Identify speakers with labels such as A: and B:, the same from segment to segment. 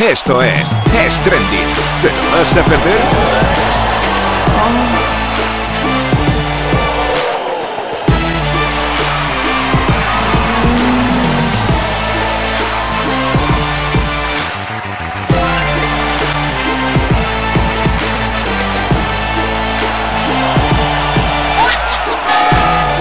A: Esto es Es Trending. ¿Te lo vas a perder?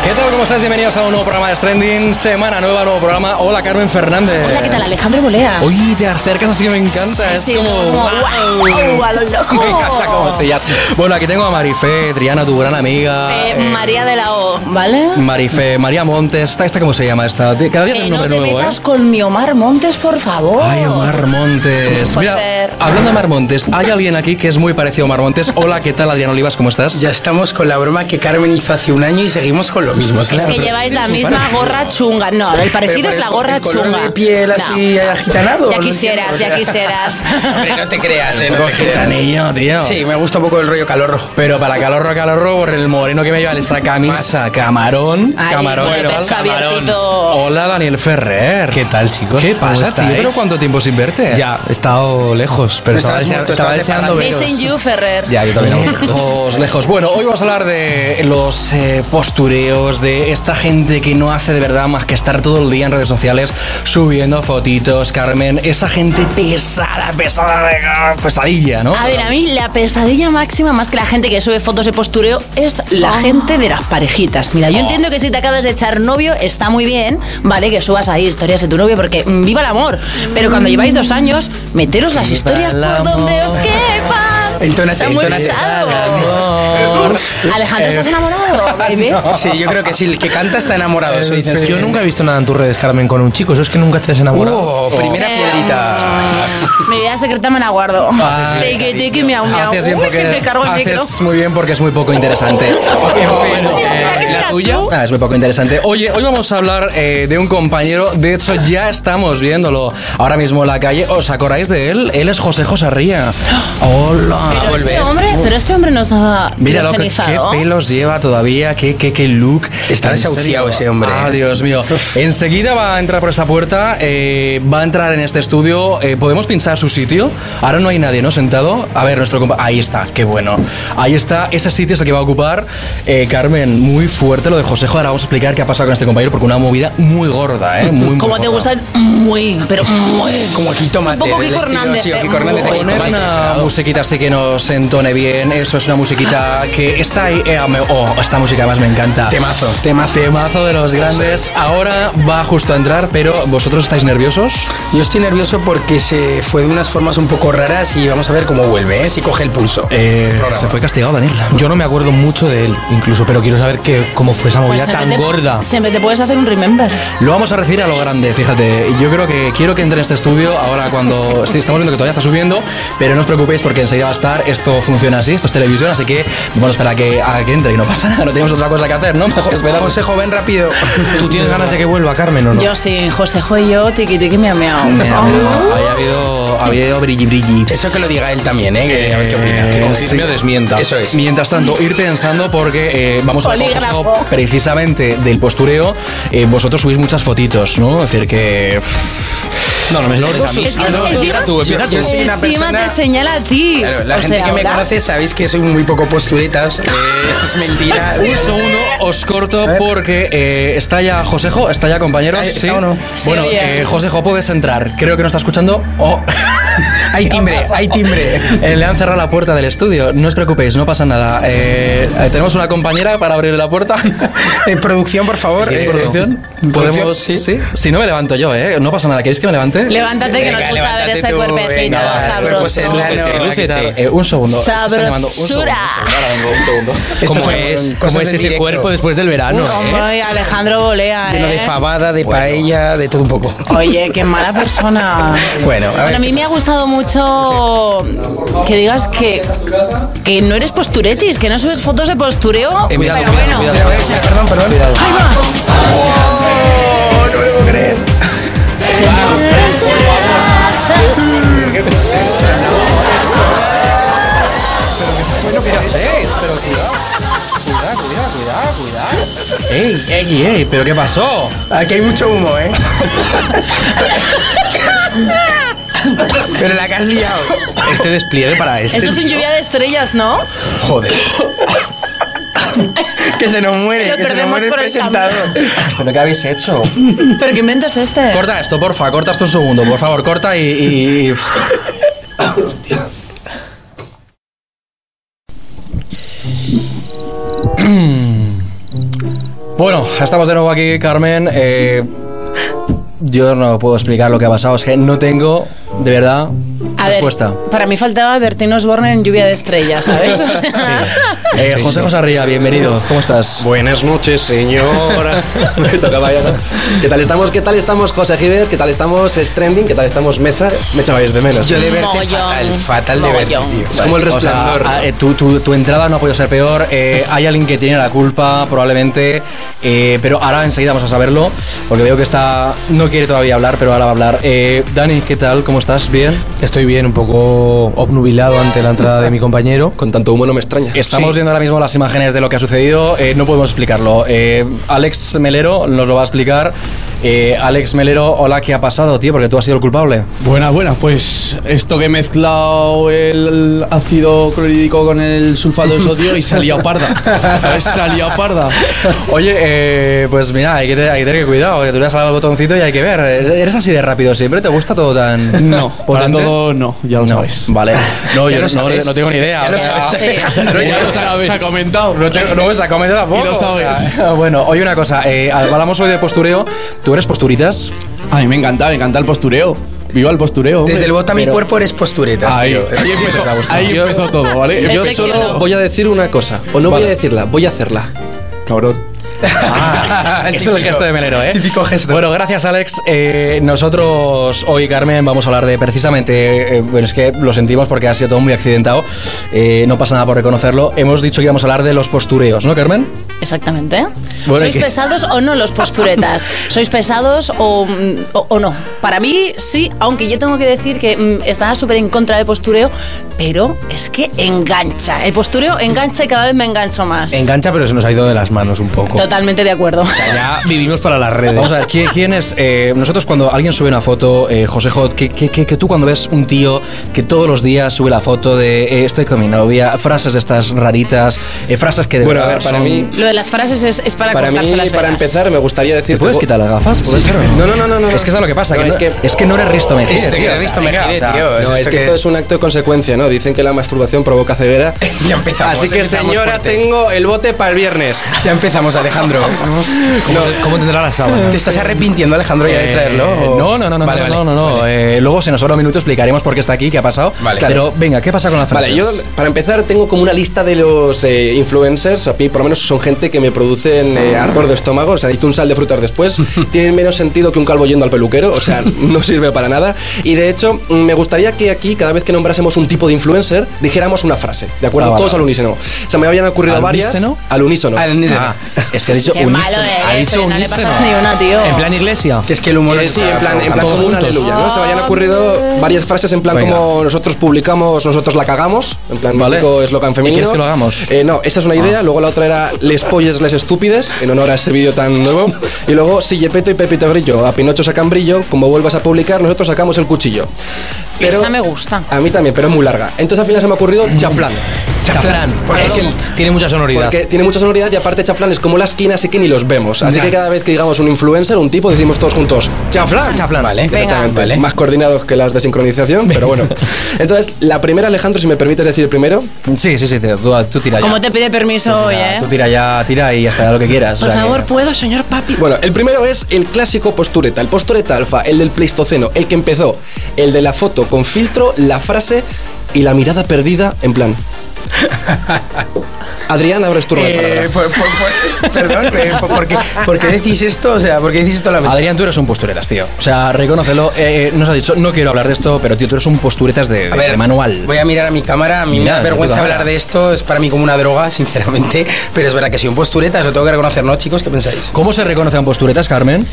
B: ¿Qué tal? ¿Cómo estáis? Bienvenidos a un nuevo programa de Stranding, semana nueva, nuevo programa. Hola, Carmen Fernández.
C: Hola, ¿qué tal? Alejandro Bolea.
B: Hoy te acercas así que me encanta.
C: Sí,
B: es
C: sí,
B: como.
C: guau,
B: ¡wow!
C: guau, a lo loco.
B: Me encanta como chillas. Bueno, aquí tengo a Marifé, Triana, tu gran amiga.
C: Eh,
B: eh,
C: María de la O, ¿vale?
B: Mm, Marifé, María Montes. ¿Esta, esta cómo se llama esta? Cada día tiene
C: Que
B: un
C: no
B: nombre
C: te
B: nuevo, ¿eh?
C: metas con mi Omar Montes, por favor.
B: Ay, Omar Montes. Mira,
C: Joder.
B: hablando de Omar Montes, hay alguien aquí que es muy parecido a Omar Montes. Hola, ¿qué tal, Adriana Olivas? ¿Cómo estás?
D: Ya estamos con la broma que Carmen hizo hace un año y seguimos con lo mismo.
C: Es que lleváis la misma gorra chunga. No, el parecido es la gorra chunga.
D: de piel
C: No.
D: así agitanado?
C: Ya
D: no
C: quisieras,
D: entiendo, o
C: ya
D: sea.
C: quisieras.
D: Hombre, no te creas, eh,
B: Un
D: no
B: poco
D: te creas.
B: gitanillo, tío.
D: Sí, me gusta un poco el rollo calorro.
B: Pero para calorro, calorro, por el moreno que me lleva esa camisa, camarón,
C: Ay,
B: camarón,
C: con el
B: ¿qué tal?
C: pecho abiertito.
B: Hola, Daniel Ferrer.
E: ¿Qué tal, chicos?
B: ¿Qué
E: ¿Cómo
B: pasa, tío?
E: estáis?
B: ¿Pero cuánto tiempo sin verte?
E: Ya, he estado lejos, pero
D: No
E: estaba,
D: estabas
E: desea-
D: muerto,
E: estaba
D: estabas
E: deseando
D: separado.
E: veros.
C: Missing you, Ferrer.
E: Ya, yo también. aún.
B: Lejos, lejos. Bueno, hoy vamos a hablar de los eh, postureos, de esta gente que no hace de verdad más que estar todo el día en redes sociales subiendo fotitos, Carmen. Esa gente pesada, pesada, de- pesadilla, ¿no?
C: A ver, a mí la pesadilla máxima, más que la gente que sube fotos de postureo, es la gente de las parejitas. Mira, yo entiendo que si te acabas de echar novio, está muy bien, ¿vale? Que subas ahí historias de tu novio, porque mm, viva el amor. Pero cuando lleváis dos años, meteros las historias
B: el
C: por
B: amor.
C: donde os quepan.
D: Entónate,
C: está muy
D: entónate.
C: pesado.
B: Amor. Eh,
C: Alejandro, ¿estás enamorado, baby?
D: Sí, yo creo que sí. El que canta está enamorado. Eso dicen
E: Yo
D: siempre.
E: nunca he visto nada en tus redes, Carmen, con un chico. Eso es que nunca te has enamorado.
B: Uh,
D: Oh, primera
C: Eh,
D: piedrita.
C: Mi vida secreta me la guardo.
B: Ah,
C: Tiki, tiki, miau, miau.
B: Haces bien
C: Uy, que me
B: porque
C: cargo el micro.
B: haces muy bien porque es muy poco interesante. En fin,
C: Sí,
B: eh,
C: ¿la
B: ¿la
C: sacas
B: tuya?
C: tú?
B: Ah, es muy poco interesante. Oye, hoy vamos a hablar eh, de un compañero. De hecho, ya estamos viéndolo ahora mismo en la calle. ¿Os acordáis de él? Él es José Josarría. Hola.
C: Pero este hombre, pero este hombre no estaba
B: Mira lo que qué
C: criogenizado.
B: pelos lleva todavía, qué, qué, qué look.
D: Está
B: ¿En
D: desahuciado
B: serio?
D: ese hombre. ¿eh?
B: Ah, Dios mío. Enseguida va a entrar por esta puerta, eh, va a entrar en este estudio. eh, ¿Podemos pinchar su sitio? Ahora no hay nadie, ¿no? Sentado. A ver, nuestro compa. Ahí está, qué bueno. Ahí está, ese sitio es el que va a ocupar eh, Carmen. Muy fuerte lo de Josejo. Ahora vamos a explicar qué ha pasado con este compañero porque una movida muy gorda, ¿eh? Muy, muy
C: Como te
B: gorda.
C: gustan muy, pero muy.
D: Como aquí
C: Es
D: tomate.
C: un poco Kiko Hernández,
D: Sí,
C: eh,
D: Kiko Hernández.
C: muy
D: aquí
B: Poner
D: tomate.
B: una musiquita así que nos entone bien. Eso es una musiquita que está ahí. eh, me- oh, esta música más me encanta.
D: Temazo, temazo.
B: Temazo de los grandes. Ahora va justo a entrar, pero ¿vosotros estáis nerviosos?
D: Yo estoy nervioso porque se fue de unas formas un poco raras y vamos a ver cómo vuelve, ¿eh? si coge el pulso. Programa.
B: Eh, se fue castigado, Daniel.
E: Yo no me acuerdo mucho de él, incluso, pero quiero saber que, cómo fue esa movida
C: Pues siempre
E: tan
C: te-
E: gorda.
C: Siempre te puedes hacer un remember.
B: Lo vamos a recibir a lo grande, fíjate. Yo creo que quiero que entre en este estudio ahora cuando... Sí, estamos viendo que todavía está subiendo, pero no os preocupéis porque enseguida va a estar. Esto funciona así, esto es televisión, así que vamos a esperar a que, a que entre y no pasa nada. No tenemos otra cosa que hacer, ¿no? Más que esperar.
D: José Joven rápido.
E: ¿Tú tienes ganas de que vuelva, Carmen, o no?
C: Yo sí, José Jo y yo, tiqui tiqui miau miau.
B: Mira,
C: Oh.
B: mira, Había habido, había habido brilli brilli.
D: Eso que lo diga él también, ¿eh? Que a ver qué opina.
B: Eh,
D: Que
B: sí.
D: confirme o desmienta. Eso es.
B: Mientras tanto, ir pensando porque eh, vamos a hablar con
C: Polígrafo.
B: José Jo precisamente del postureo. eh, vosotros subís muchas fotitos, ¿no? Es decir, que.
E: No, no me
B: Los dos
E: sientes a mí.
C: Es que
E: Ah, no,
C: encima-
E: empieza tú, empieza
D: Yo-
E: tú.
D: yo soy una
C: Encima
D: persona-
C: te señala a ti.
D: Claro, la
C: O
D: gente
C: sea,
D: que me
C: hola.
D: conoce sabéis que soy muy poco posturetas. eh, esto es mentira.
B: Un segundo, os corto porque eh, está ya Josejo, está ya compañeros.
D: ¿Está-
B: sí.
D: está o no?
C: Sí,
B: Bueno,
C: oye.
B: eh, Josejo, puedes entrar. Creo que no está escuchando. Oh.
D: Hay timbre, hay timbre.
B: Eh, le han cerrado la puerta del estudio. No os preocupéis, no pasa nada. Eh, eh, Tenemos una compañera para abrir la puerta.
D: Eh, producción, por favor. eh,
B: ¿Producción? Podemos, sí, sí. Si no me levanto yo, ¿eh? No pasa nada. ¿Queréis que me levante? pues,
C: Levántate que nos gusta
D: Venga,
C: ver
D: levántate
C: ese
D: tú,
C: cuerpecito
D: venga, pues va, cuerpo
C: sabroso.
D: serrano.
B: Eh, un segundo. Es que están llamando. Un segundo,
C: Sabrosura.
B: un segundo, ahora vengo, un segundo.
D: Estas
E: ¿Cómo
D: son
E: es,
D: cosas
E: cómo es
D: del
E: ese
D: directo.
E: cuerpo después del verano? eh?
C: Hombre, Alejandro Bolea,
D: Lleno de
C: ¿eh?
D: fabada, de paella, de todo un poco.
C: Oye, qué mala persona.
D: Bueno, a ver
C: a mí
D: qué
C: me ha gustado mucho que digas que, que no eres posturetis, que no subes fotos de postureo.
D: Eh, cuidado,
C: pero
D: cuidado,
C: bueno.
D: cuidado, cuidado. Perdón, perdón.
C: Ahí va.
D: No lo puedo creer.
B: ¡Ey, ey, ey! ¿Pero qué pasó?
D: Aquí hay mucho humo, ¿eh?
F: Pero la que has liado.
E: Este despliegue para este.
G: Eso es un lluvia de estrellas, ¿no?
E: Joder.
F: Que se nos muere,
G: Lo
F: que se nos
G: perdemos
F: muere el
G: por el
F: presentador.
B: ¿Pero qué habéis hecho?
C: ¿Pero qué invento es este?
B: Corta esto, porfa, corta esto un segundo, por favor, corta y. y- y- bueno, estamos de nuevo aquí, Carmen. eh, yo no puedo explicar lo que ha pasado, es que no tengo, de verdad,
G: A ver,
B: respuesta.
G: para mí faltaba Bertino Osborne en lluvia de estrellas, ¿sabes? O sea,
B: Eh, José José Ría, bienvenido, ¿cómo estás?
D: Buenas noches, señora. Me tocaba ya, ¿no? ¿Qué tal estamos? ¿Qué tal estamos, José Giver? ¿Qué tal estamos, Stranding? ¿Qué tal estamos, Mesa? Me echabais de menos.
F: Yo de verte
G: Mogollón.
F: fatal, fatal de verte,
G: Mogollón.
F: tío.
D: Es como el
B: O sea,
D: resplandor.
B: ah, eh, tu, tu- tu entrada no ha podido ser peor. eh, hay alguien que tiene la culpa, probablemente. eh, pero ahora enseguida vamos a saberlo. Porque veo que está. No quiere todavía hablar, pero ahora va a hablar. Eh, Dani, ¿qué tal? ¿Cómo estás? ¿Bien?
E: Estoy bien, un poco obnubilado ante la entrada de mi compañero.
D: Con tanto humo no me extraña.
B: Estamos
E: Sí.
B: viendo ahora mismo las imágenes de lo que ha sucedido. eh, no podemos explicarlo. Eh, Alex Melero nos lo va a explicar. Eh, Alex Melero, hola, ¿qué ha pasado, tío? Porque tú has sido el culpable.
H: Buenas, buenas, pues esto que he mezclado el ácido clorhídrico con el sulfato de sodio y salía parda. ¿Sabes? Salía parda.
B: Oye, eh, pues mira, hay que, te- hay que tener cuidado, que tú le has dado el botoncito y hay que ver. ¿Eres así de rápido siempre? ¿Te gusta todo tan
H: No, para
B: potente?
H: todo no, ya lo sabes.
B: Vale. No,
F: Ya
B: yo no,
F: lo sabes.
B: no tengo ni idea.
F: Ya
B: o
F: lo
B: sea,
F: sabes.
G: Sí.
B: no, ya lo
H: Se ha-
B: sabes.
H: Se ha comentado.
B: No, tengo- no me está comiendo tampoco.
H: Y lo
B: o sea,
H: sabes.
B: bueno, oye una cosa, eh, hablamos hoy de postureo. ¿Tú eres posturitas?
H: A mí me encanta, me encanta el postureo. Viva el postureo.
F: Desde
H: hombre.
F: el bota mi cuerpo eres posturetas,
H: Ahí,
F: tío.
H: ahí empezó, ahí empezó todo, ¿vale?
D: Yo
G: Reflexiono.
D: solo voy a decir una cosa. O no voy a decirla, voy a hacerla.
H: Cabrón.
E: Ah,
B: es el gesto de Melero, ¿eh?
F: Típico gesto.
B: Bueno, gracias, Alex. Eh, nosotros hoy, Carmen, vamos a hablar de precisamente. eh, bueno, es que lo sentimos porque ha sido todo muy accidentado. Eh, no pasa nada por reconocerlo. Hemos dicho que íbamos a hablar de los postureos, ¿no, Carmen?
C: Exactamente.
B: Bueno,
C: ¿Sois
B: ¿y qué?
C: pesados o no los posturetas? ¿Sois pesados o, mm, o- o no? Para mí sí, aunque yo tengo que decir que mm, estaba súper en contra del postureo, pero es que engancha. El postureo engancha y cada vez me engancho más.
E: Engancha, pero se nos ha ido de las manos un poco.
C: Totalmente de acuerdo.
E: Ya vivimos para las redes.
B: Vamos a ver, ¿quién, quién es? eh, nosotros cuando alguien sube una foto, eh, José Hot, que, que- que- que tú cuando ves un tío que todos los días sube la foto de eh, estoy con mi novia, frases de estas raritas, eh, frases que de
D: Bueno, a
B: verdad
D: ver, para
B: son-
D: mí.
G: Lo de las frases es, es para,
D: Para mí,
G: cortarse las
D: para
G: venas.
D: empezar, me gustaría decir.
B: ¿Te puedes quitar las gafas? ¿Puede ser o
D: No, no, no, no, no.
B: Es que es lo que pasa,
D: No,
B: que no,
D: es que-
B: es que no eres Risto Mejide,
F: Este que
B: tío,
F: eres
B: o sea,
F: Risto
B: venga,
F: Mejide,
B: o sea,
F: tío.
D: No, es que esto es un acto de consecuencia, ¿no? Dicen que la masturbación provoca ceguera.
F: Ya empezamos.
D: Así que,
F: empezamos
D: señora,
F: fuerte.
D: tengo el bote para el viernes.
F: Ya empezamos, Alejandro.
E: ¿Cómo, cómo tendrá la sábana?
F: ¿Te estás arrepintiendo, Alejandro, ya de traerlo?
B: Eh,
F: o-
B: no, no, no, no,
F: Vale,
B: no,
F: vale.
B: no, no, no, eh, luego, si nos sobra un minuto, explicaremos por qué está aquí, qué ha pasado.
F: Vale.
B: Pero venga, ¿qué pasa con las frases?
D: Vale, yo para empezar tengo como una lista de los eh, influencers, a mí por lo menos son gente que me producen eh,
B: Ah.
D: ardor de estómago, o sea, necesito un sal de frutas después, tienen menos sentido que un calvo yendo al peluquero, o sea, no sirve para nada. Y de hecho, mm, me gustaría que aquí, cada vez que nombrásemos un tipo de influencer, dijéramos una frase, ¿de acuerdo?
B: Ah, vale.
D: Todos al unísono. O sea, me habían ocurrido
B: ¿Al
D: varias.
B: unísono?
D: Al unísono.
F: Al unísono.
B: Ah, es que ha dicho
G: Qué
B: unísono.
G: malo
B: ha
G: eres,
B: dicho
G: oye, no le
B: unísono.
G: pasas ni una, tío.
E: ¿En plan iglesia?
F: Que es que el humor
D: Eh,
F: es-
D: sí, en plan, en plan como una aleluya, ¿no? Se me habían ocurrido varias frases en plan
B: Venga.
D: como nosotros publicamos, nosotros la cagamos, en plan
B: Vale.
D: mítico eslogan femenino.
B: quieres que lo hagamos? Ah.
D: Eh, no, esa es una idea, luego la otra era les polles, les estúpides, en honor a ese vídeo tan nuevo, y luego si Yepeto y Pepito Grillo, a Pinocho sacan brillo, como vuelvas a publicar, nosotros sacamos el cuchillo.
G: Esa me gusta.
D: A mí también, pero es muy larga. Entonces al final se me ha ocurrido chaflán.
E: Chaflán. Porque es el- tiene mucha sonoridad.
D: Porque tiene mucha sonoridad y aparte chaflán es como la esquina, así que ni los vemos. Así que cada vez que digamos un influencer, un tipo, decimos todos juntos, chaflán.
E: Chaflán. Vale.
D: Exactamente, más coordinados que las de sincronización, pero bueno. Entonces, la primera, Alejandro, si me permites decir el primero,
B: Sí, sí, sí, te- tú, tú tira ya.
G: Como te pide permiso hoy,
B: Ya,
G: ¿eh?
B: Tú tira ya, tira y hasta lo que quieras. o sea que-
F: ¿puedo, señor papi?
D: Bueno, el primero es el clásico postureta, el postureta alfa, el del pleistoceno, el que empezó, el de la foto con filtro, la frase y la mirada perdida en plan. Adrián, abres turno de palabra.
F: Eh, por- por- por- perdón, eh, por- ¿por, qué, por qué decís esto? O sea, ¿por qué decís esto a la mesa?
B: Adrián, tú eres un posturetas, tío. O sea, reconócelo. Eh, eh, nos ha dicho, no quiero hablar de esto, pero tío, tú eres un posturetas de, de- de manual.
F: Voy a mirar a mi cámara. A mí me
B: Mira,
F: da
B: de
F: vergüenza
B: puta
F: hablar
B: madre.
F: de esto. Es para mí como una droga, sinceramente. Pero es verdad que soy un postureta, os lo tengo que reconocer, ¿no, chicos? ¿Qué pensáis?
B: ¿Cómo se reconoce a un posturetas, Carmen?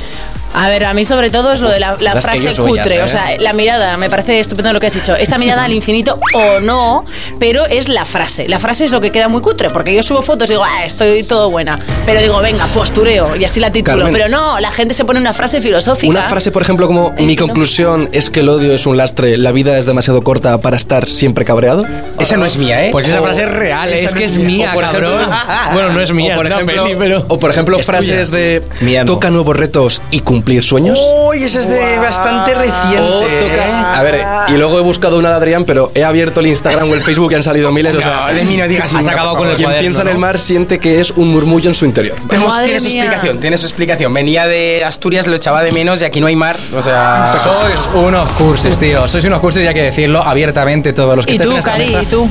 G: A ver, a mí sobre todo es lo de la, la
B: Las
G: frase
B: ellos o ellas,
G: cutre,
B: ¿eh?
G: o sea, la mirada, me parece estupendo lo que has dicho, esa mirada al infinito o no, pero es la
C: frase. La frase es lo que queda muy cutre, porque yo subo fotos y digo, ah, estoy todo buena. Pero digo, venga, postureo, y así la titulo.
D: Carmen.
C: Pero no, la gente se pone una frase filosófica.
D: Una frase, por ejemplo, como
C: Ay,
D: mi
C: que no.
D: conclusión es que el odio es un lastre, la vida es demasiado corta para estar siempre cabreado.
F: Esa no es mía, ¿eh?
E: Pues esa
F: O-
E: frase es real,
F: esa
E: es
F: no
E: que es mía,
F: O por ejemplo-
E: cabrón. Bueno, no es mía,
D: o por
E: es una
D: ejemplo,
E: peli, pero-
D: o por ejemplo frases de
E: Mía no.
D: toca nuevos retos y cumplir sueños.
E: Uy, esa es de bastante reciente.
D: O
F: ¿eh?
D: toca- A ver, y luego he buscado una de Adrián, pero he abierto el Instagram o el Facebook y han salido miles. O sea,
F: No, de mí no digas
E: Has
F: ninguna,
E: acabado con
F: por favor.
E: el
D: quien
E: cuaderno,
D: piensa en el
E: ¿no?
D: mar siente que es un murmullo en su interior.
F: Tenemos-
G: Madre
F: tiene su
G: mía.
F: explicación, tiene su explicación. Venía de Asturias, lo echaba de menos y aquí no hay mar. O sea.
B: Sois unos cursis, tío. Sois unos cursis y hay que decirlo abiertamente todos los que
G: Y
B: estáis
G: tú,
B: en esta
G: Cari,
B: mesa.
G: y tú.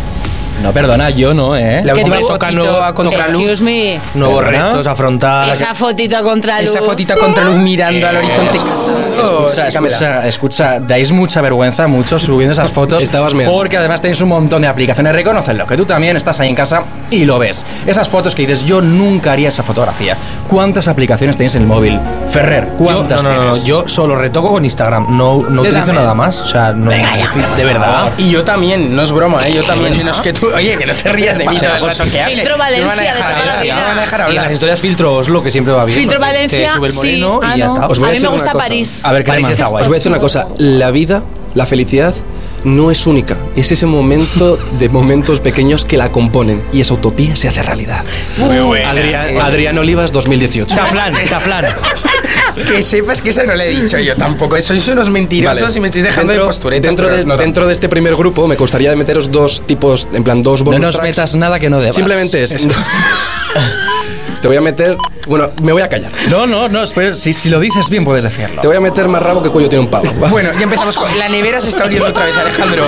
B: No, perdona, yo no, ¿eh?
F: La
G: Que
F: última
G: tú-
F: vez toca nueva con toca luz.
G: Excuse me.
E: Nuevos
B: ¿Verdad?
E: retos,
B: Ah,
E: afrontar.
G: Esa fotito a contraluz.
F: Esa fotita contra luz mirando
D: Eh,
F: al horizonte.
B: Escucha,
F: Explícamela.
B: escucha, escucha, dais mucha vergüenza mucho subiendo esas fotos.
D: Estabas meando.
B: Porque además tenéis un montón de aplicaciones. Reconocenlo, que tú también estás ahí en casa y lo ves. Esas fotos que dices, yo nunca haría esa fotografía. ¿Cuántas aplicaciones tenéis en el móvil? Ferrer,
E: Yo,
B: ¿cuántas
E: no, no, no, no,
B: tienes?
E: yo solo retoco con Instagram, no, no utilizo
G: también.
E: nada más. O sea, no. de verdad.
F: Y yo también, no es broma, ¿eh? Yo también. no es que tú, oye, que no te rías de mí. todo el rato que hables.
G: Filtro
F: No me van
G: Valencia de
F: a dejar
G: toda la
F: hablar,
G: vida.
F: No me van a dejar
E: Y las
F: hablar.
E: historias filtro lo que siempre va bien.
G: Filtro
E: porque
G: Valencia,
E: Te sube el
G: sí.
E: moreno
G: Ah,
E: y ya
G: no.
E: está.
D: Os voy a
G: a mí me
D: decir una
G: gusta
D: cosa.
G: París.
B: A ver, ¿qué
E: París
B: más?
E: está guay.
D: Os voy a decir una cosa, la vida, la felicidad no es única, es ese momento de momentos pequeños que la componen y esa utopía se hace realidad. Adrián, Adrián Olivas 2018.
E: Chaflán, chaflán.
F: Que sepas que esa no la he dicho yo tampoco. Sois unos mentirosos
D: Vale.
F: y me estáis dejando
D: dentro,
F: de posturetas.
D: dentro
F: pero
D: de,
F: no tanto.
D: dentro de este primer grupo me gustaría meteros dos tipos, en plan dos
B: No
D: bonus
B: nos
D: tracks.
B: metas nada que no debas.
D: Simplemente es... Te voy a meter... Bueno, me voy a callar.
B: No, no, no, espera, si, si lo dices bien puedes decirlo.
D: Te voy a meter más rabo que cuello tiene un pavo.
F: Bueno, ya empezamos con. La nevera se está abriendo otra vez, Alejandro.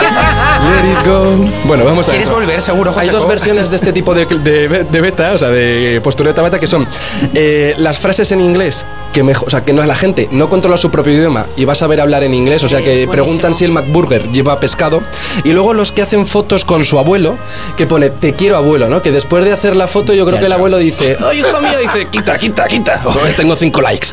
D: Let it go. Bueno, vamos a ver.
F: ¿Quieres volver seguro, José
D: Hay dos
F: Jacob?
D: versiones de este tipo de, de- de beta, o sea, de postureta beta, que son eh, las frases en inglés, que mejor, o sea, que no, la gente no controla su propio idioma y va a saber hablar en inglés, o sea, que preguntan si el McBurger lleva pescado. Y luego los que hacen fotos con su abuelo, que pone, te quiero abuelo, ¿no? Que después de hacer la foto yo creo que el abuelo dice, ¡ay, hijo mío! Dice, quita, quita, quita. Joder, tengo cinco likes.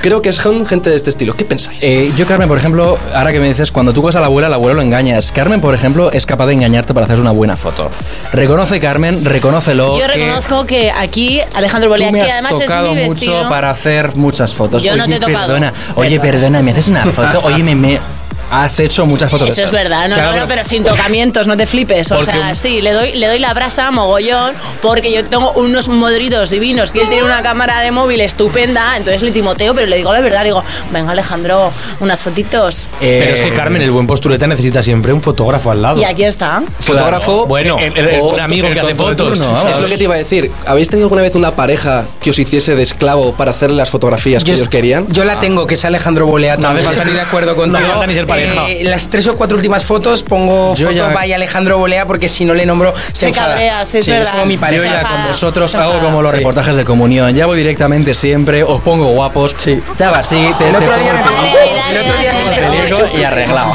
D: Creo que es gente de este estilo. ¿Qué pensáis?
B: Eh, yo, Carmen, por ejemplo, ahora que me dices, cuando tú vas a la abuela, la abuela lo engañas. Carmen, por ejemplo, es capaz de engañarte para hacer una buena foto. Reconoce, Carmen, reconócelo.
C: Yo
B: que
C: reconozco que aquí Alejandro Bolea,
B: tú me
C: que
B: has
C: además es
B: tocado
C: mi vecino,
B: mucho para hacer muchas fotos.
C: Yo no
B: Oye,
C: te he tocado.
B: Perdona, oye,
C: Perdona.
B: perdona, ¿me haces una foto? Oye, me, me- has hecho muchas fotos. de
C: Eso es
B: esas.
C: verdad, no,
E: Claro,
C: no, no,
E: pero-
C: pero sin tocamientos, no te flipes. O
E: Porque
C: sea,
E: un-
C: sí, le doy, le doy la brasa a mogollón porque yo tengo unos modritos divinos que él tiene una cámara de móvil estupenda, entonces le timoteo, pero le digo la verdad, le digo, venga Alejandro, unas fotitos.
B: Eh,
E: Pero es que Carmen, el buen postureta necesita siempre un fotógrafo al lado.
C: Y aquí está.
D: Fotógrafo,
E: Bueno,
B: El- el- el-
E: o un amigo
B: el
E: que hace
B: tonto
E: fotos.
B: turno, vamos.
D: Es lo que te iba a decir. ¿Habéis tenido alguna vez una pareja que os hiciese de esclavo para hacer las fotografías que ellos querían?
F: Yo la tengo, que es Alejandro Bolea. No
E: hace falta ni-
F: estoy de acuerdo
E: no
F: contigo.
E: hace falta ni ser pareja.
F: Eh, las tres o cuatro últimas fotos pongo
B: Yo
F: foto
B: ya-
F: by Alejandro Bolea porque si no le nombro se,
C: Se
F: enfada.
C: cabrea, sí, es
F: Sí,
C: verdad.
F: como mi
B: Yo
F: pareja.
B: ya
C: enfada,
B: con vosotros
C: se
B: hago
C: enfada.
B: como los
F: Sí.
B: reportajes de comunión. Ya voy directamente siempre, os pongo guapos. Sí. Te hago así, te,
F: El
B: te
F: otro
B: pongo
F: día me
B: el
C: Dale,
F: pegó.
C: dale,
F: El otro día
C: dale,
F: me
C: dale.
F: pegó.
B: pelillo y arreglado.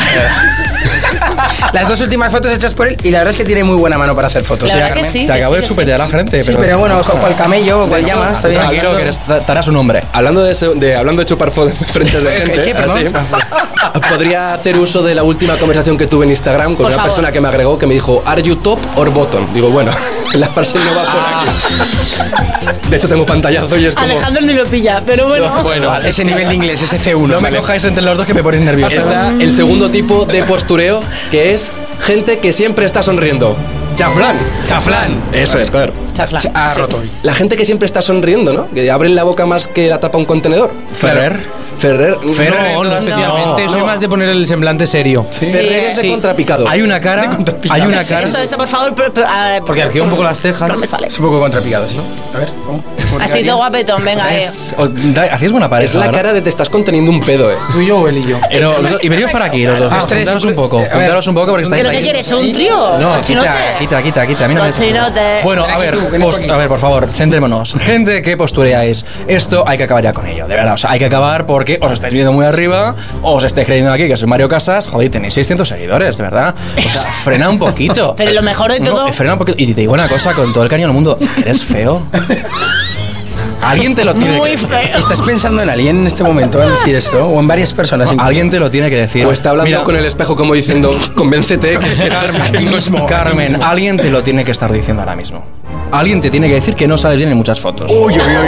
F: Las dos últimas fotos hechas por él y la verdad es que tiene muy buena mano para hacer fotos.
C: La
F: ¿eh,
C: verdad que
F: Carmen?
C: sí.
B: Te acabo de
C: sí,
B: chupetear la frente.
F: Sí, pero bueno,
B: no pasa
F: con el camello o con
D: hecho,
F: llamas, está
B: nada.
F: bien.
B: Tranquilo, que eres- estarás un hombre.
D: Hablando de, eso- de- hablando de chupar fo- frentes de gente,
F: ¿Qué, perdón?
D: así, podría hacer uso de la última conversación que tuve en Instagram con
C: Por
D: una
C: favor.
D: persona que me agregó que me dijo, ¿Are you top or bottom? Digo, bueno, la frase no va por aquí. De hecho, tengo pantallazo y es como...
C: Alejandro ni lo pilla, pero bueno.
D: Bueno,
F: Ese nivel de inglés, ese C1.
B: No me
F: vale.
B: cojáis entre los dos que me ponéis nervioso.
D: está el segundo tipo de postureo, que es gente que siempre está sonriendo. Chaflán.
F: Chaflán.
D: Eso es, claro.
C: Chafla.
F: Ha roto.
D: La gente que siempre está sonriendo, ¿no? Que abren la boca más que la tapa un contenedor.
B: Ferrer.
D: Ferrer.
B: Ferrer,
E: No, no,
B: No,
E: especialmente. Soy más de poner el semblante serio.
D: Ferrer es de
E: Sí.
D: contrapicado.
B: Hay una cara. Hay una cara.
C: Eso, eso, por favor. pero- pero, ah,
E: Porque arqueo un poco las cejas.
C: no me sale.
F: Es un poco contrapicado, ¿sí? A ver, vamos.
C: Así todo guapetón, venga, eh.
B: Es- o- da- Hacéis buena
D: Es
B: pareja.
D: la
B: ¿verdad?
D: cara de te estás conteniendo un pedo, eh.
E: Tú y yo o él y yo.
B: Eh, no, los dos- y venimos para aquí, los dos.
C: Ah,
F: Los tres,
B: Juntaros un
F: inclu-
B: poco.
F: eh, a ver.
B: Juntaros un poco porque estáis
C: ¿Pero qué
B: ahí.
C: quieres? ¿Un trío?
B: No,
C: ¿Cochinote?
B: quita, quita, quita, quita. A mí no me
C: Cochinote.
B: Bueno, a
F: Ven
B: ver,
F: aquí tú, ven
B: post-
F: tú aquí.
B: a ver, por favor, centrémonos. Gente, ¿qué postureáis? Esto hay que acabar ya con ello, de verdad. O sea, hay que acabar porque os estáis viendo muy arriba, os estáis creyendo aquí que soy Mario Casas. Joder, tenéis 600 seguidores, de verdad. O sea, frena un poquito.
C: Pero lo mejor de
B: No,
C: todo-
B: eh, frena un poquito. Y te digo una cosa con todo el cariño del mundo. ¿Eres feo? Alguien te lo tiene
C: Muy
B: que
C: feo.
F: ¿Estás pensando en alguien en este momento al decir esto? ¿O en varias personas? incluso?
B: Alguien te lo tiene que decir.
D: O está hablando
B: Mira,
D: con el espejo como diciendo, convéncete. que- que estás aquí
B: Carmen,
D: mismo".
B: Carmen, alguien te lo tiene que estar diciendo ahora mismo. Alguien te tiene que decir que no sales bien en muchas fotos.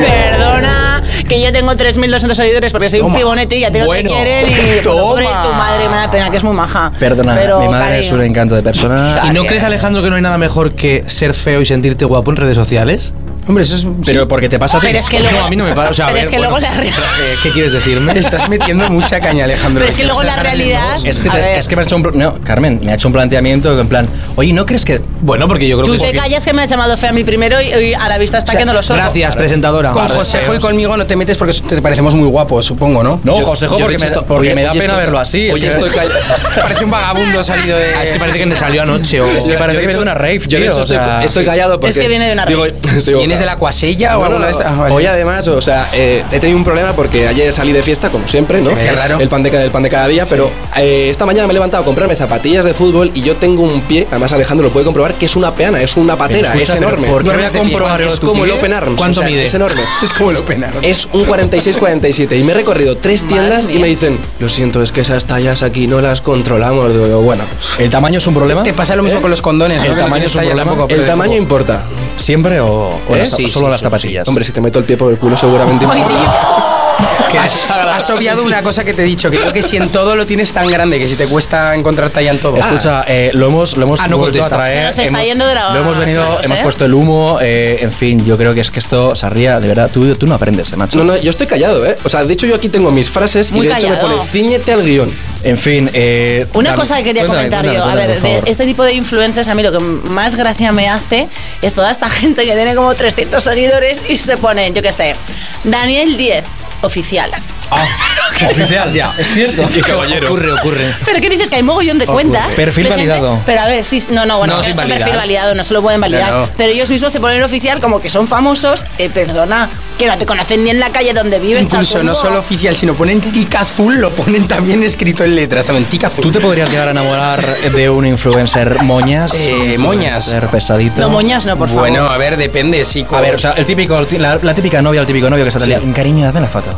C: Perdona, que yo tengo 3.200 seguidores porque soy un pibonete y a ti no
F: Bueno.
C: te quieren. Y pobre tu madre, me da pena, que es muy maja.
B: Perdona,
C: Pero,
B: mi madre
C: cariño,
B: es un encanto de persona.
E: ¿Y no
C: Gracias.
E: crees, Alejandro, que no hay nada mejor que ser feo y sentirte guapo en redes sociales?
F: Hombre, eso es...
B: Pero porque te pasa a ti.
C: Pero es que luego.
E: No, a mí no me pasa. O sea, a
C: pero
E: ver,
C: es que
E: bueno,
C: luego la realidad.
E: eh, ¿Qué quieres decirme?
F: Estás metiendo mucha caña, Alejandro.
C: Pero es que luego la realidad.
B: Es que,
C: a
B: te-
C: ver,
B: es que me ha hecho un pla- no, Carmen, me ha hecho un planteamiento en plan, oye, ¿no crees que
E: Bueno, porque yo creo
C: Tú
E: que...
C: te callas que me has llamado fea a mí primero y, y a la vista está que no lo soy.
E: Gracias, presentadora.
F: Con Josejo y conmigo no te metes porque te parecemos muy guapos, supongo, ¿no?
B: no, Josejo, porque, me,
D: esto-
B: porque
D: oye,
B: me da
D: oye,
B: pena
D: estoy-
B: verlo así? es
D: oye,
B: que-
D: estoy callado.
F: Parece un vagabundo salido de...
E: Ah, es que parece que me salió anoche o...
B: Es que parece que
D: Yo, de
B: viene de
D: hecho-
B: una rave,
D: Yo de
B: tío,
D: hecho
B: o
F: este
D: estoy,
B: sea-
D: estoy callado porque...
C: que viene de una
D: digo, sí,
F: ¿Vienes
D: ojalá.
F: de la cuasella o
D: Bueno,
F: alguna de estas? Ah, vale.
D: Hoy además, o sea, eh, he tenido un problema porque ayer salí de fiesta, como siempre, ¿no?
F: Qué raro.
D: El pan de, ca- el pan de cada día, pero eh, esta mañana me he levantado a comprarme zapatillas de fútbol y yo tengo un pie, además Alejandro lo puede comprobar, que es una peana, es una patera,
B: Escucha,
D: es
B: pero
D: enorme.
B: ¿Por qué
F: No
B: me
F: me
B: has
F: compro
B: comprobado
D: es
B: tu
D: como el
B: pie?
D: Open Arms.
E: ¿Cuánto
D: o sea,
E: mide?
D: Es enorme.
F: Es como lo penar.
D: Es un 46-47 y me he recorrido tres tiendas y
C: mía.
D: me dicen, lo siento, es que esas tallas aquí no las controlamos. Digo, yo, bueno,
B: ¿El tamaño es un problema? ¿Eh?
F: Te pasa lo mismo con los condones,
B: El
F: ¿no? Que no
B: tamaño
F: tienes
B: es un
F: talla
B: problema.
F: tampoco, pero
D: el
F: de
D: tamaño
F: poco.
D: importa.
B: ¿Siempre o, o
D: ¿Eh?
B: las-
D: Sí,
B: solo
D: sí,
B: las
D: sí,
B: zapatillas?
D: Hombre, si te meto el pie por el culo seguramente importa.
B: Ah,
F: Has, has obviado una cosa que te he dicho, que creo que si en todo lo tienes tan grande que si te cuesta encontrar talla en todo.
B: Escucha, eh, lo hemos, lo hemos
E: Ah, no
B: vuelto a
E: contesta.
B: traer.
C: Se nos está
B: hemos-
C: yendo de la-
B: Lo hemos venido,
C: José.
B: hemos puesto el humo, eh, en fin, yo creo que es que esto se ría, de verdad. Tú, tú no aprendes, eh,
F: Ah.
B: macho.
D: No, no, yo estoy callado, ¿eh? O sea, de hecho yo aquí tengo mis frases
C: Muy
D: y de hecho
C: callado.
D: me pone ciñete al guión.
B: En fin, eh,
C: Una
B: dame-
C: cosa que quería
B: cuéntame,
C: comentar
B: cuéntame,
C: yo,
B: cuéntame, por
C: a ver,
B: favor.
C: de este tipo de influencers, a mí lo que más gracia me hace es toda esta gente que tiene como 300 seguidores y se ponen, yo qué sé, Daniel 10, oficial.
B: Ah,
E: Oficial, ya. Es cierto. Ocurre, ocurre.
C: Pero ¿qué dices? Que hay mogollón de cuentas.
B: Perfil
C: de gente-
B: validado.
C: pero a ver, sí, no, no, bueno,
E: No,
C: pero
E: sin
C: es un
E: validar.
C: perfil validado, no se lo pueden validar.
F: Claro.
C: Pero ellos mismos se ponen oficial como que son famosos, eh, perdona, que no te conocen ni en la calle donde vives,
F: Incluso no
C: chacumbo.
F: solo oficial, sino ponen tica azul, lo ponen también escrito en letras, también tica azul.
B: ¿Tú te podrías llegar a enamorar de un influencer moñas?
F: Eh, moñas.
B: Ser pesadito.
C: No, moñas no, por favor.
F: Bueno, a ver, depende, sí.
B: A ver, o sea, el típico, el ti- la, la típica novia, el típico novio que está tal
F: Sí.
B: Cariño, dame la foto.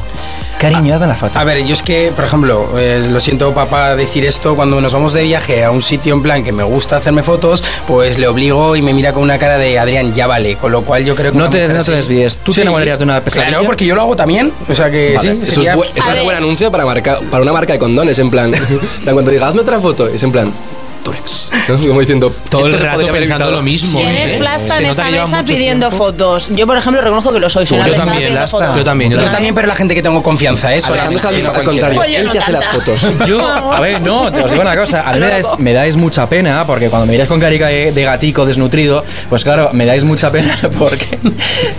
B: Cariño, dame la foto.
F: A ver, yo es que, por ejemplo, eh, lo siento papá decir esto, cuando nos vamos de viaje a un sitio en plan que me gusta hacerme fotos, pues le obligo y me mira con una cara de Adrián, ya vale, con lo cual yo creo que...
B: No
F: una
B: te,
F: mujer
B: no te
F: así-
B: desvíes. ¿Tú te
F: Sí.
B: enamorarías de una pesadilla?
F: Claro, porque yo lo hago también, o sea que
B: Vale,
F: sí,
D: Eso es,
F: sería-
D: bu- eso
C: A
D: es
C: ver.
D: buen anuncio para, marca- para una marca de condones, en plan. en plan, cuando diga, hazme otra foto, es en plan, Turex. ¿no? Como diciendo,
E: Todo
D: "Esto
E: el
D: se
E: rato
D: podría haber
E: pensando
D: evitado".
E: lo mismo.
C: Tienes
E: ¿eh?
C: plasta
E: Se
C: en
E: nota
C: esta
E: que lleva
C: mesa
E: mucho
C: pidiendo
E: tiempo.
C: fotos. Yo, por ejemplo, reconozco que lo soy. soy una
E: Yo
C: pesada
E: también,
C: pidiendo
E: Lasta.
C: fotos.
E: Yo también, yo
F: Yo
E: también.
F: también, pero la gente que tengo confianza, eso.
D: Alejandro es al, al
C: quiero.
D: contrario,
C: Oye,
D: él
C: no
D: te hace las
C: canta.
D: fotos.
B: Yo, a ver, no, te os digo una cosa, a mí me dais, me dais mucha pena, porque cuando me miráis con carica de, de gatico desnutrido, pues claro, me dais mucha pena porque...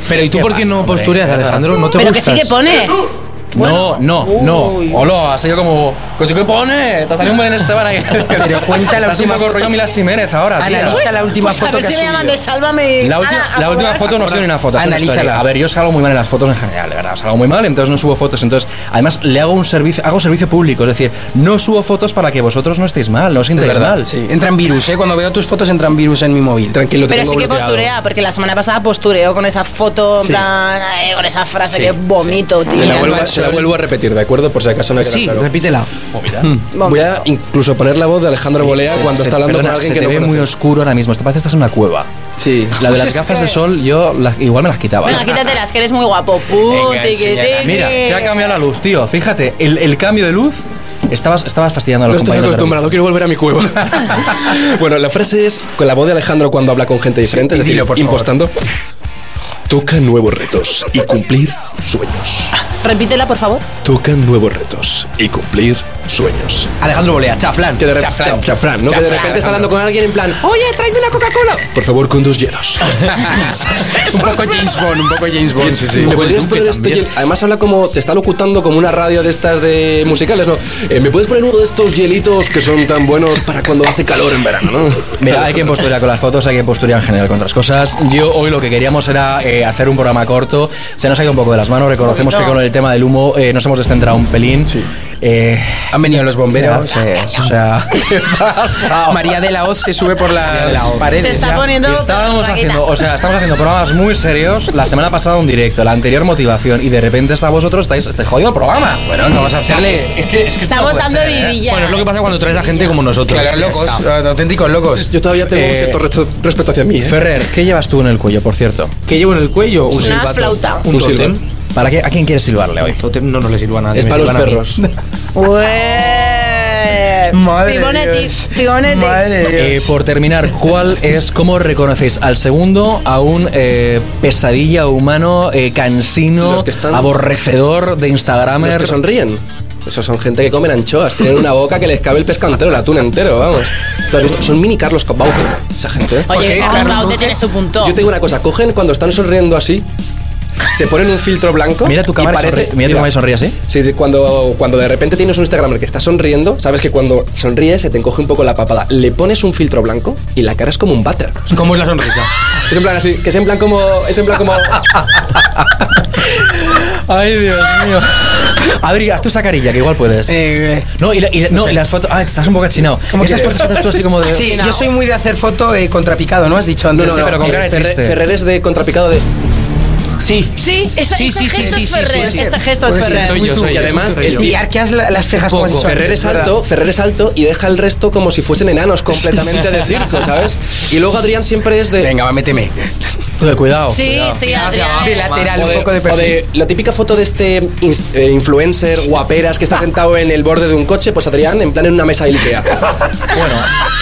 E: Pero ¿y tú
B: ¿Qué
E: por qué
B: pasa,
E: no
B: hombre?
E: postureas, Alejandro? ¿No te
C: Pero que
E: gustas?
C: sí que pone.
B: No, no, no.
C: Uy.
B: Hola, ha sido como... "Coño, ¿Qué pone? Te ha salido un buen este Esteban ahí.
F: Pero cuenta la
B: Estás un
F: última
B: poco
F: foto.
B: rollo Milas Jiménez ahora, tía.
F: Analiza la última
C: Pues a
F: foto
C: ver
F: que
C: si
F: has
C: me llaman
F: subido.
C: de sálvame. pues
B: La,
C: Ana,
B: última-
C: a
B: la última
C: cobrar.
B: foto no ha sido ni una foto, es una
F: Analízala.
B: historia. A ver, yo salgo muy mal en las fotos en general, de verdad. Salgo muy mal, entonces no subo fotos. Entonces, además, le hago un servicio, hago servicio público. Es decir, no subo fotos para que vosotros no estéis mal, no os
F: Es
B: sintáis
F: verdad,
B: mal.
F: sí. Entran virus, ¿eh? Cuando veo tus fotos entran virus en mi móvil.
D: Tranquilo, te
C: Pero
D: tengo
C: sí que
D: bloqueado.
C: posturea, porque la semana pasada postureó con esa foto, en plan, eh, con esa frase que vomito,
D: Te la,
C: tío.
D: vuelvo, se la vuelvo a repetir, ¿de acuerdo? Por si acaso no queda
E: Sí,
D: claro. Oh,
E: repítela.
D: Voy a incluso poner la voz de Alejandro Bolea
B: Se-
D: cuando
B: se-
D: está hablando
B: perdona,
D: con alguien
B: se
D: que
B: te
D: no
B: ve
D: conoce.
B: muy oscuro ahora mismo. Esto parece que estás en una cueva.
D: Sí.
B: La de las gafas de sol, yo las- igual me las quitaba.
C: Venga, quítatelas, que eres muy guapo.
F: Venga, enséñala.
C: Puti,
B: Mira, te ha cambiado la luz, tío. Fíjate, el, el cambio de luz. Estabas, estabas fastidiando a
D: No
B: los
D: estoy
B: compañeros. de
D: acostumbrado, quiero volver a mi cueva. bueno, la frase es con la voz de Alejandro cuando habla con gente diferente,
F: Sí,
D: es decir,
F: dilo, por favor.
D: impostando. Toca nuevos retos y cumplir sueños.
C: Repítela, por favor.
D: Toca nuevos retos y cumplir sueños.
E: Alejandro Bolea, chaflán.
D: Que de re- Cha- chafrán, ¿no? que de repente está hablando con alguien en plan, oye, tráeme una Coca-Cola. Por favor, con dos hielos.
F: un poco James Bond, un poco James Bond.
D: Sí, ¿Me podrías poner este hiel? Además habla como, te está locutando como una radio de estas de musicales, ¿no? Eh, ¿Me puedes poner uno de estos hielitos que son tan buenos para cuando hace calor en verano, no?
B: Mira, hay que posturear con las fotos, hay que posturear en general con otras cosas. Yo hoy lo que queríamos era eh, hacer un programa corto. Se nos ha ido un poco de las manos. Reconocemos que con el tema del humo eh, nos hemos descentrado un pelín. Eh,
I: Han venido los bomberos. eh,
B: o sea,
I: María de la Hoz se sube por las paredes.
C: Se está
I: ya.
C: poniendo.
B: estábamos
C: raqueta.
B: haciendo, o sea, estamos haciendo programas muy serios. La semana pasada un directo, la anterior motivación y de repente está vosotros estáis este jodido programa.
I: Bueno, no vamos a hacerle.
H: que, es que
C: Estamos dando vidilla.
H: ¿eh? Bueno, es lo que pasa cuando traes a gente como nosotros.
I: Claro, locos, auténticos locos.
D: Yo todavía tengo
B: Eh,
D: un cierto resto- respeto hacia mí. ¿eh?
B: Ferrer, ¿qué llevas tú en el cuello, por cierto?
H: ¿Qué llevo en el cuello? Un
C: Una
H: silbato.
C: flauta.
H: Un,
D: Un
H: tótem.
D: silbato.
B: ¿Para qué, ¿A quién quieres silbarle hoy?
H: Tótem no, no le silba a nadie.
D: es
H: me
D: para los
H: silban a mí.
D: perros.
C: Ué.
I: Madre
C: Fibonacci,
I: Dios.
C: Fibonacci.
B: Eh, por terminar, ¿cuál es, cómo reconocéis al segundo a un eh, pesadilla humano, eh, cansino,
D: Los que están-
B: aborrecedor de
D: Los
B: Instagramer?
D: que sonríen. Esos son gente que comen anchoas, tienen una boca que les cabe el pescado entero, el atún entero, vamos. ¿Tú has visto? Son mini Carlos Bauke, esa gente. ¿eh?
J: Oye,
I: Ok,
J: Carlos
I: Carlos
J: Baute
I: Baute.
J: tiene su punto.
D: Yo te digo una cosa, cogen cuando están sonriendo así, se ponen un filtro blanco.
B: Mira tu
D: y
B: cámara y
D: parece-
B: sonríe- mira tu cámara y sonríe así.
D: Sí, de- cuando, cuando de repente tienes un Instagramer que está sonriendo, sabes que cuando sonríes se te encoge un poco la papada. Le pones un filtro blanco y la cara es como un váter.
H: ¿Cómo es la sonrisa?
D: Es en plan así, que es en plan como. Es en plan como.
B: Ay, Dios mío. Adri, haz tu sacarilla, que igual puedes.
I: Eh,
B: no, y, la- y la- no, y las fotos. Ah, estás un poco achinado. Esas
I: que-
B: fotos que haces tú así como de.
I: Ah, Sí, yo soy muy de hacer foto eh, contrapicado, ¿no? Has dicho antes.
B: no, no, pero con
I: Eh,
B: cara de
D: Ferre-
B: triste.
D: Ferrer es de contrapicado de.
H: Sí.
C: Sí, esa-
H: Sí,
C: ese
H: sí, sí,
C: gesto
H: sí,
C: es
H: sí, sí,
C: Ferrer.
H: sí.
C: Ese gesto es
H: Pues sí,
C: Ferrer.
H: soy
D: Muy
H: yo,
D: tú,
H: soy
D: que
H: yo,
D: además
H: soy yo.
D: el-
I: Y arqueas la- las cejas como has
H: Poco.
I: dicho
D: Ferrer
I: antes,
D: es
I: ¿verdad?
D: alto, Ferrer es alto y deja el resto como si fuesen enanos completamente de circo, ¿sabes? Y luego Adrián siempre es de.
I: Venga, va, méteme.
B: Joder, cuidado.
J: Sí,
B: cuidado.
J: sí, Adrián.
I: De lateral,
D: o
I: un poco de
D: o
I: perfil.
D: la típica foto de este ins- eh, influencer guaperas que está sentado en el borde de un coche, pues Adrián, en plan en una mesa Ikea.
B: Bueno,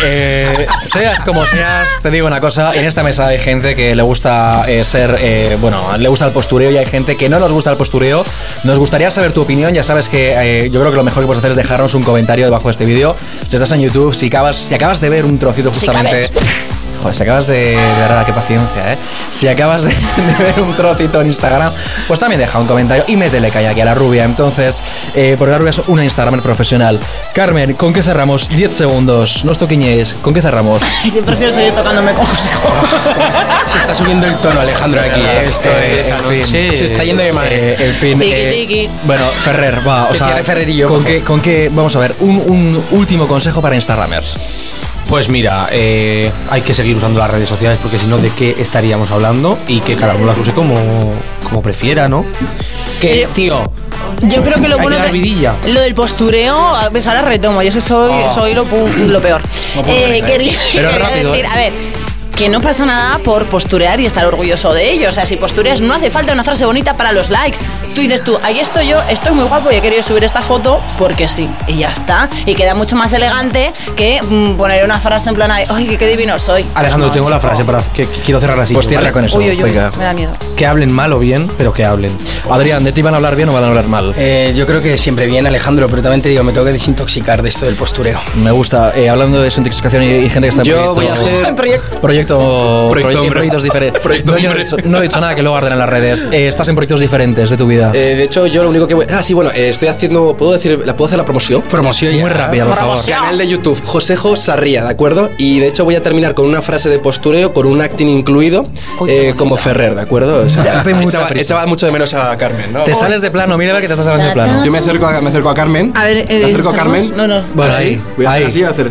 B: eh, seas como seas, te digo una cosa, en esta mesa hay gente que le gusta eh, ser, eh, bueno, le gusta el postureo y hay gente que no nos gusta el postureo. Nos gustaría saber tu opinión, ya sabes que eh, yo creo que lo mejor que puedes hacer es dejarnos un comentario debajo de este vídeo. Si estás en YouTube, si acabas, si acabas de ver un trocito justamente... Joder, si acabas de, de verdad, qué paciencia, ¿eh? Si acabas de, de ver un trocito en Instagram, pues también deja un comentario y métele calla aquí a la rubia. Entonces, eh, porque la rubia es una Instagramer profesional. Carmen, ¿con qué cerramos? 10 segundos. No os toquiñéis. ¿Con qué cerramos?
C: Yo prefiero seguir tocándome con José
I: Se está subiendo el tono, Alejandro, aquí. eh. Esto
B: Eh,
I: es.
B: en fin.
I: Se está yendo de madre.
B: Eh, en fin.
C: Tiki,
B: eh,
C: tiki.
B: bueno, Ferrer, va. O
I: Que
B: sea,
I: cierre Ferrer y yo,
B: ¿con
I: por
B: qué, ¿con qué? Vamos a ver, un, un último consejo para Instagramers.
H: Pues mira, eh, hay que seguir usando las redes sociales porque si no, ¿de qué estaríamos hablando? Y que cada uno las use como, como prefiera, ¿no? Que, tío,
C: Yo creo que lo
H: Hay
C: bueno
H: que dar
C: de-
H: vidilla.
C: lo del postureo, a- pues ahora retomo, yo es que soy, soy lo, pu- lo peor. Eh, quería,
B: Pero
C: quería
B: rápido,
C: decir,
B: ¿eh?
C: a ver, que no pasa nada por posturear y estar orgulloso de ello. O sea, si postureas no hace falta una frase bonita para los likes. Tú dices tú, ahí estoy yo, estoy muy guapo y he querido subir esta foto porque sí. Y ya está. Y queda mucho más elegante que mm, poner una frase en plan, ay, ay, qué, qué divino soy. Pues
H: Alejandro,
C: No,
H: tengo la
C: chico.
H: frase para que, que quiero cerrar así.
B: Pues
H: ¿vale?
B: cierra con eso.
C: Uy, uy, uy,
B: Venga.
C: me da miedo.
H: Que hablen mal o bien, pero que hablen.
B: Adrián, ¿de ti van a hablar bien o van a hablar mal?
I: Eh, yo creo que siempre bien, Alejandro, pero también te digo, me tengo que desintoxicar de esto del postureo.
B: Me gusta. Eh, hablando de desintoxicación y, y gente que está en
D: Yo voy a
B: proyecto-
D: hacer.
B: Proyecto,
D: Proyecto
B: proye-
D: hombre.
B: proyectos diferentes.
D: Proyecto
B: no, yo no he
D: hombre.
B: dicho, no he dicho nada que luego arden en las redes. Eh, estás en proyectos diferentes de tu vida.
D: Eh, de hecho, yo lo único que voy. Ah, sí, bueno, eh, estoy haciendo. ¿Puedo decir? ¿La puedo hacer la promoción?
I: Promoción ya.
B: Muy rápida, por favor.
D: Canal de YouTube, Josejo Sarría, ¿de acuerdo? Y de hecho voy a terminar con una frase de postureo, con un acting incluido, eh, como Ferrer, ¿de acuerdo? O sea,
B: Date mucha
D: echaba,
B: prisa.
D: echaba mucho de menos a Carmen, ¿no?
B: Te sales de plano, mira a ver que te estás saliendo de plano.
D: Yo me acerco a, me acerco a Carmen.
C: A ver, eh,
D: me acerco a
C: ¿estamos?
D: Carmen.
C: No, no.
B: Bueno,
D: así,
B: ahí,
D: voy a hacer
B: ahí.
D: así, voy a hacer.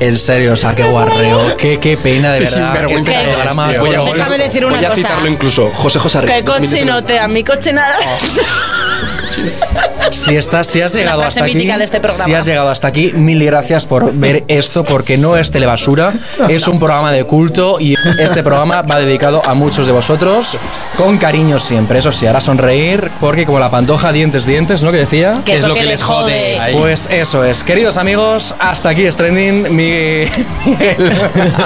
B: En serio, o sea, qué guarreo, qué, qué pena de verdad.
D: sinvergüenza
B: Este
C: eres,
B: programa,
C: tío.
B: coño,
C: Déjame
B: coño.
C: decir una
D: Voy a
C: cosa.
D: citarlo incluso, Josejo Sarría.
C: Que coche no te, a mi coche nada.
B: si estás, si has llegado
C: frase
B: hasta aquí,
C: mítica de este programa.
B: si has llegado hasta aquí, mil gracias por ver esto porque no es telebasura, es un programa de culto y este programa va dedicado a muchos de vosotros con cariño siempre. Eso sí, hará sonreír porque como la pantoja dientes dientes, ¿no? Que decía.
C: Que es lo que les jode.
H: Ahí.
B: Pues eso es. Queridos amigos, hasta aquí es trending. Miguel.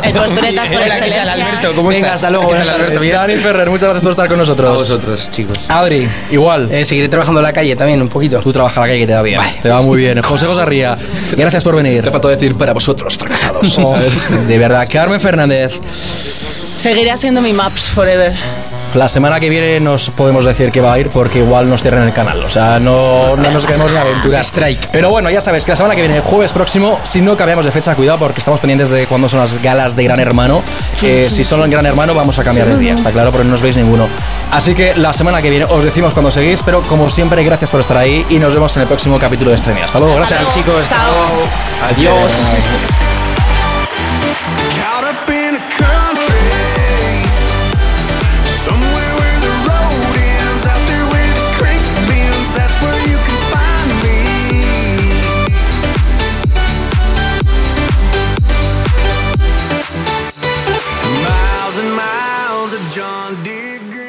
C: El posturetas por excelencia.
I: Alberto, ¿cómo
H: Venga,
I: estás?
H: hasta luego,
I: ¿Qué tal,
H: buenas
I: Alberto? Bien.
B: Dani Ferrer, muchas gracias por estar con nosotros.
H: A vosotros, chicos.
B: Adri, igual.
I: Eh, seguiré trabajando en la calle también, un poquito.
B: Tú trabajas la calle que te va bien. Te va muy bien. José Gosarría, gracias por venir.
D: Te faltó decir para vosotros, fracasados. ¿sabes?
B: De verdad, Carmen Fernández.
C: Seguiré haciendo mi maps forever.
B: La semana que viene nos podemos decir que va a ir porque igual nos cierran el canal. O sea, no, no nos queremos ni aventurar.
F: Strike.
B: Pero bueno, ya sabes que la semana que viene, el jueves próximo, si no cambiamos de fecha, cuidado porque estamos pendientes de cuándo son las galas de Gran Hermano. Eh, si son en Gran Hermano, vamos a cambiar de día, está claro, pero no os veis ninguno. Así que la semana que viene os decimos cuando seguís, pero como siempre, gracias por estar ahí y nos vemos en el próximo capítulo de Estremia. Hasta luego, gracias.
F: Chao, chicos. hasta luego. Adiós.
A: Caught up in a country, somewhere where the road ends, out there where the creek bends, that's where you can find me. Miles and miles of John Deere. green.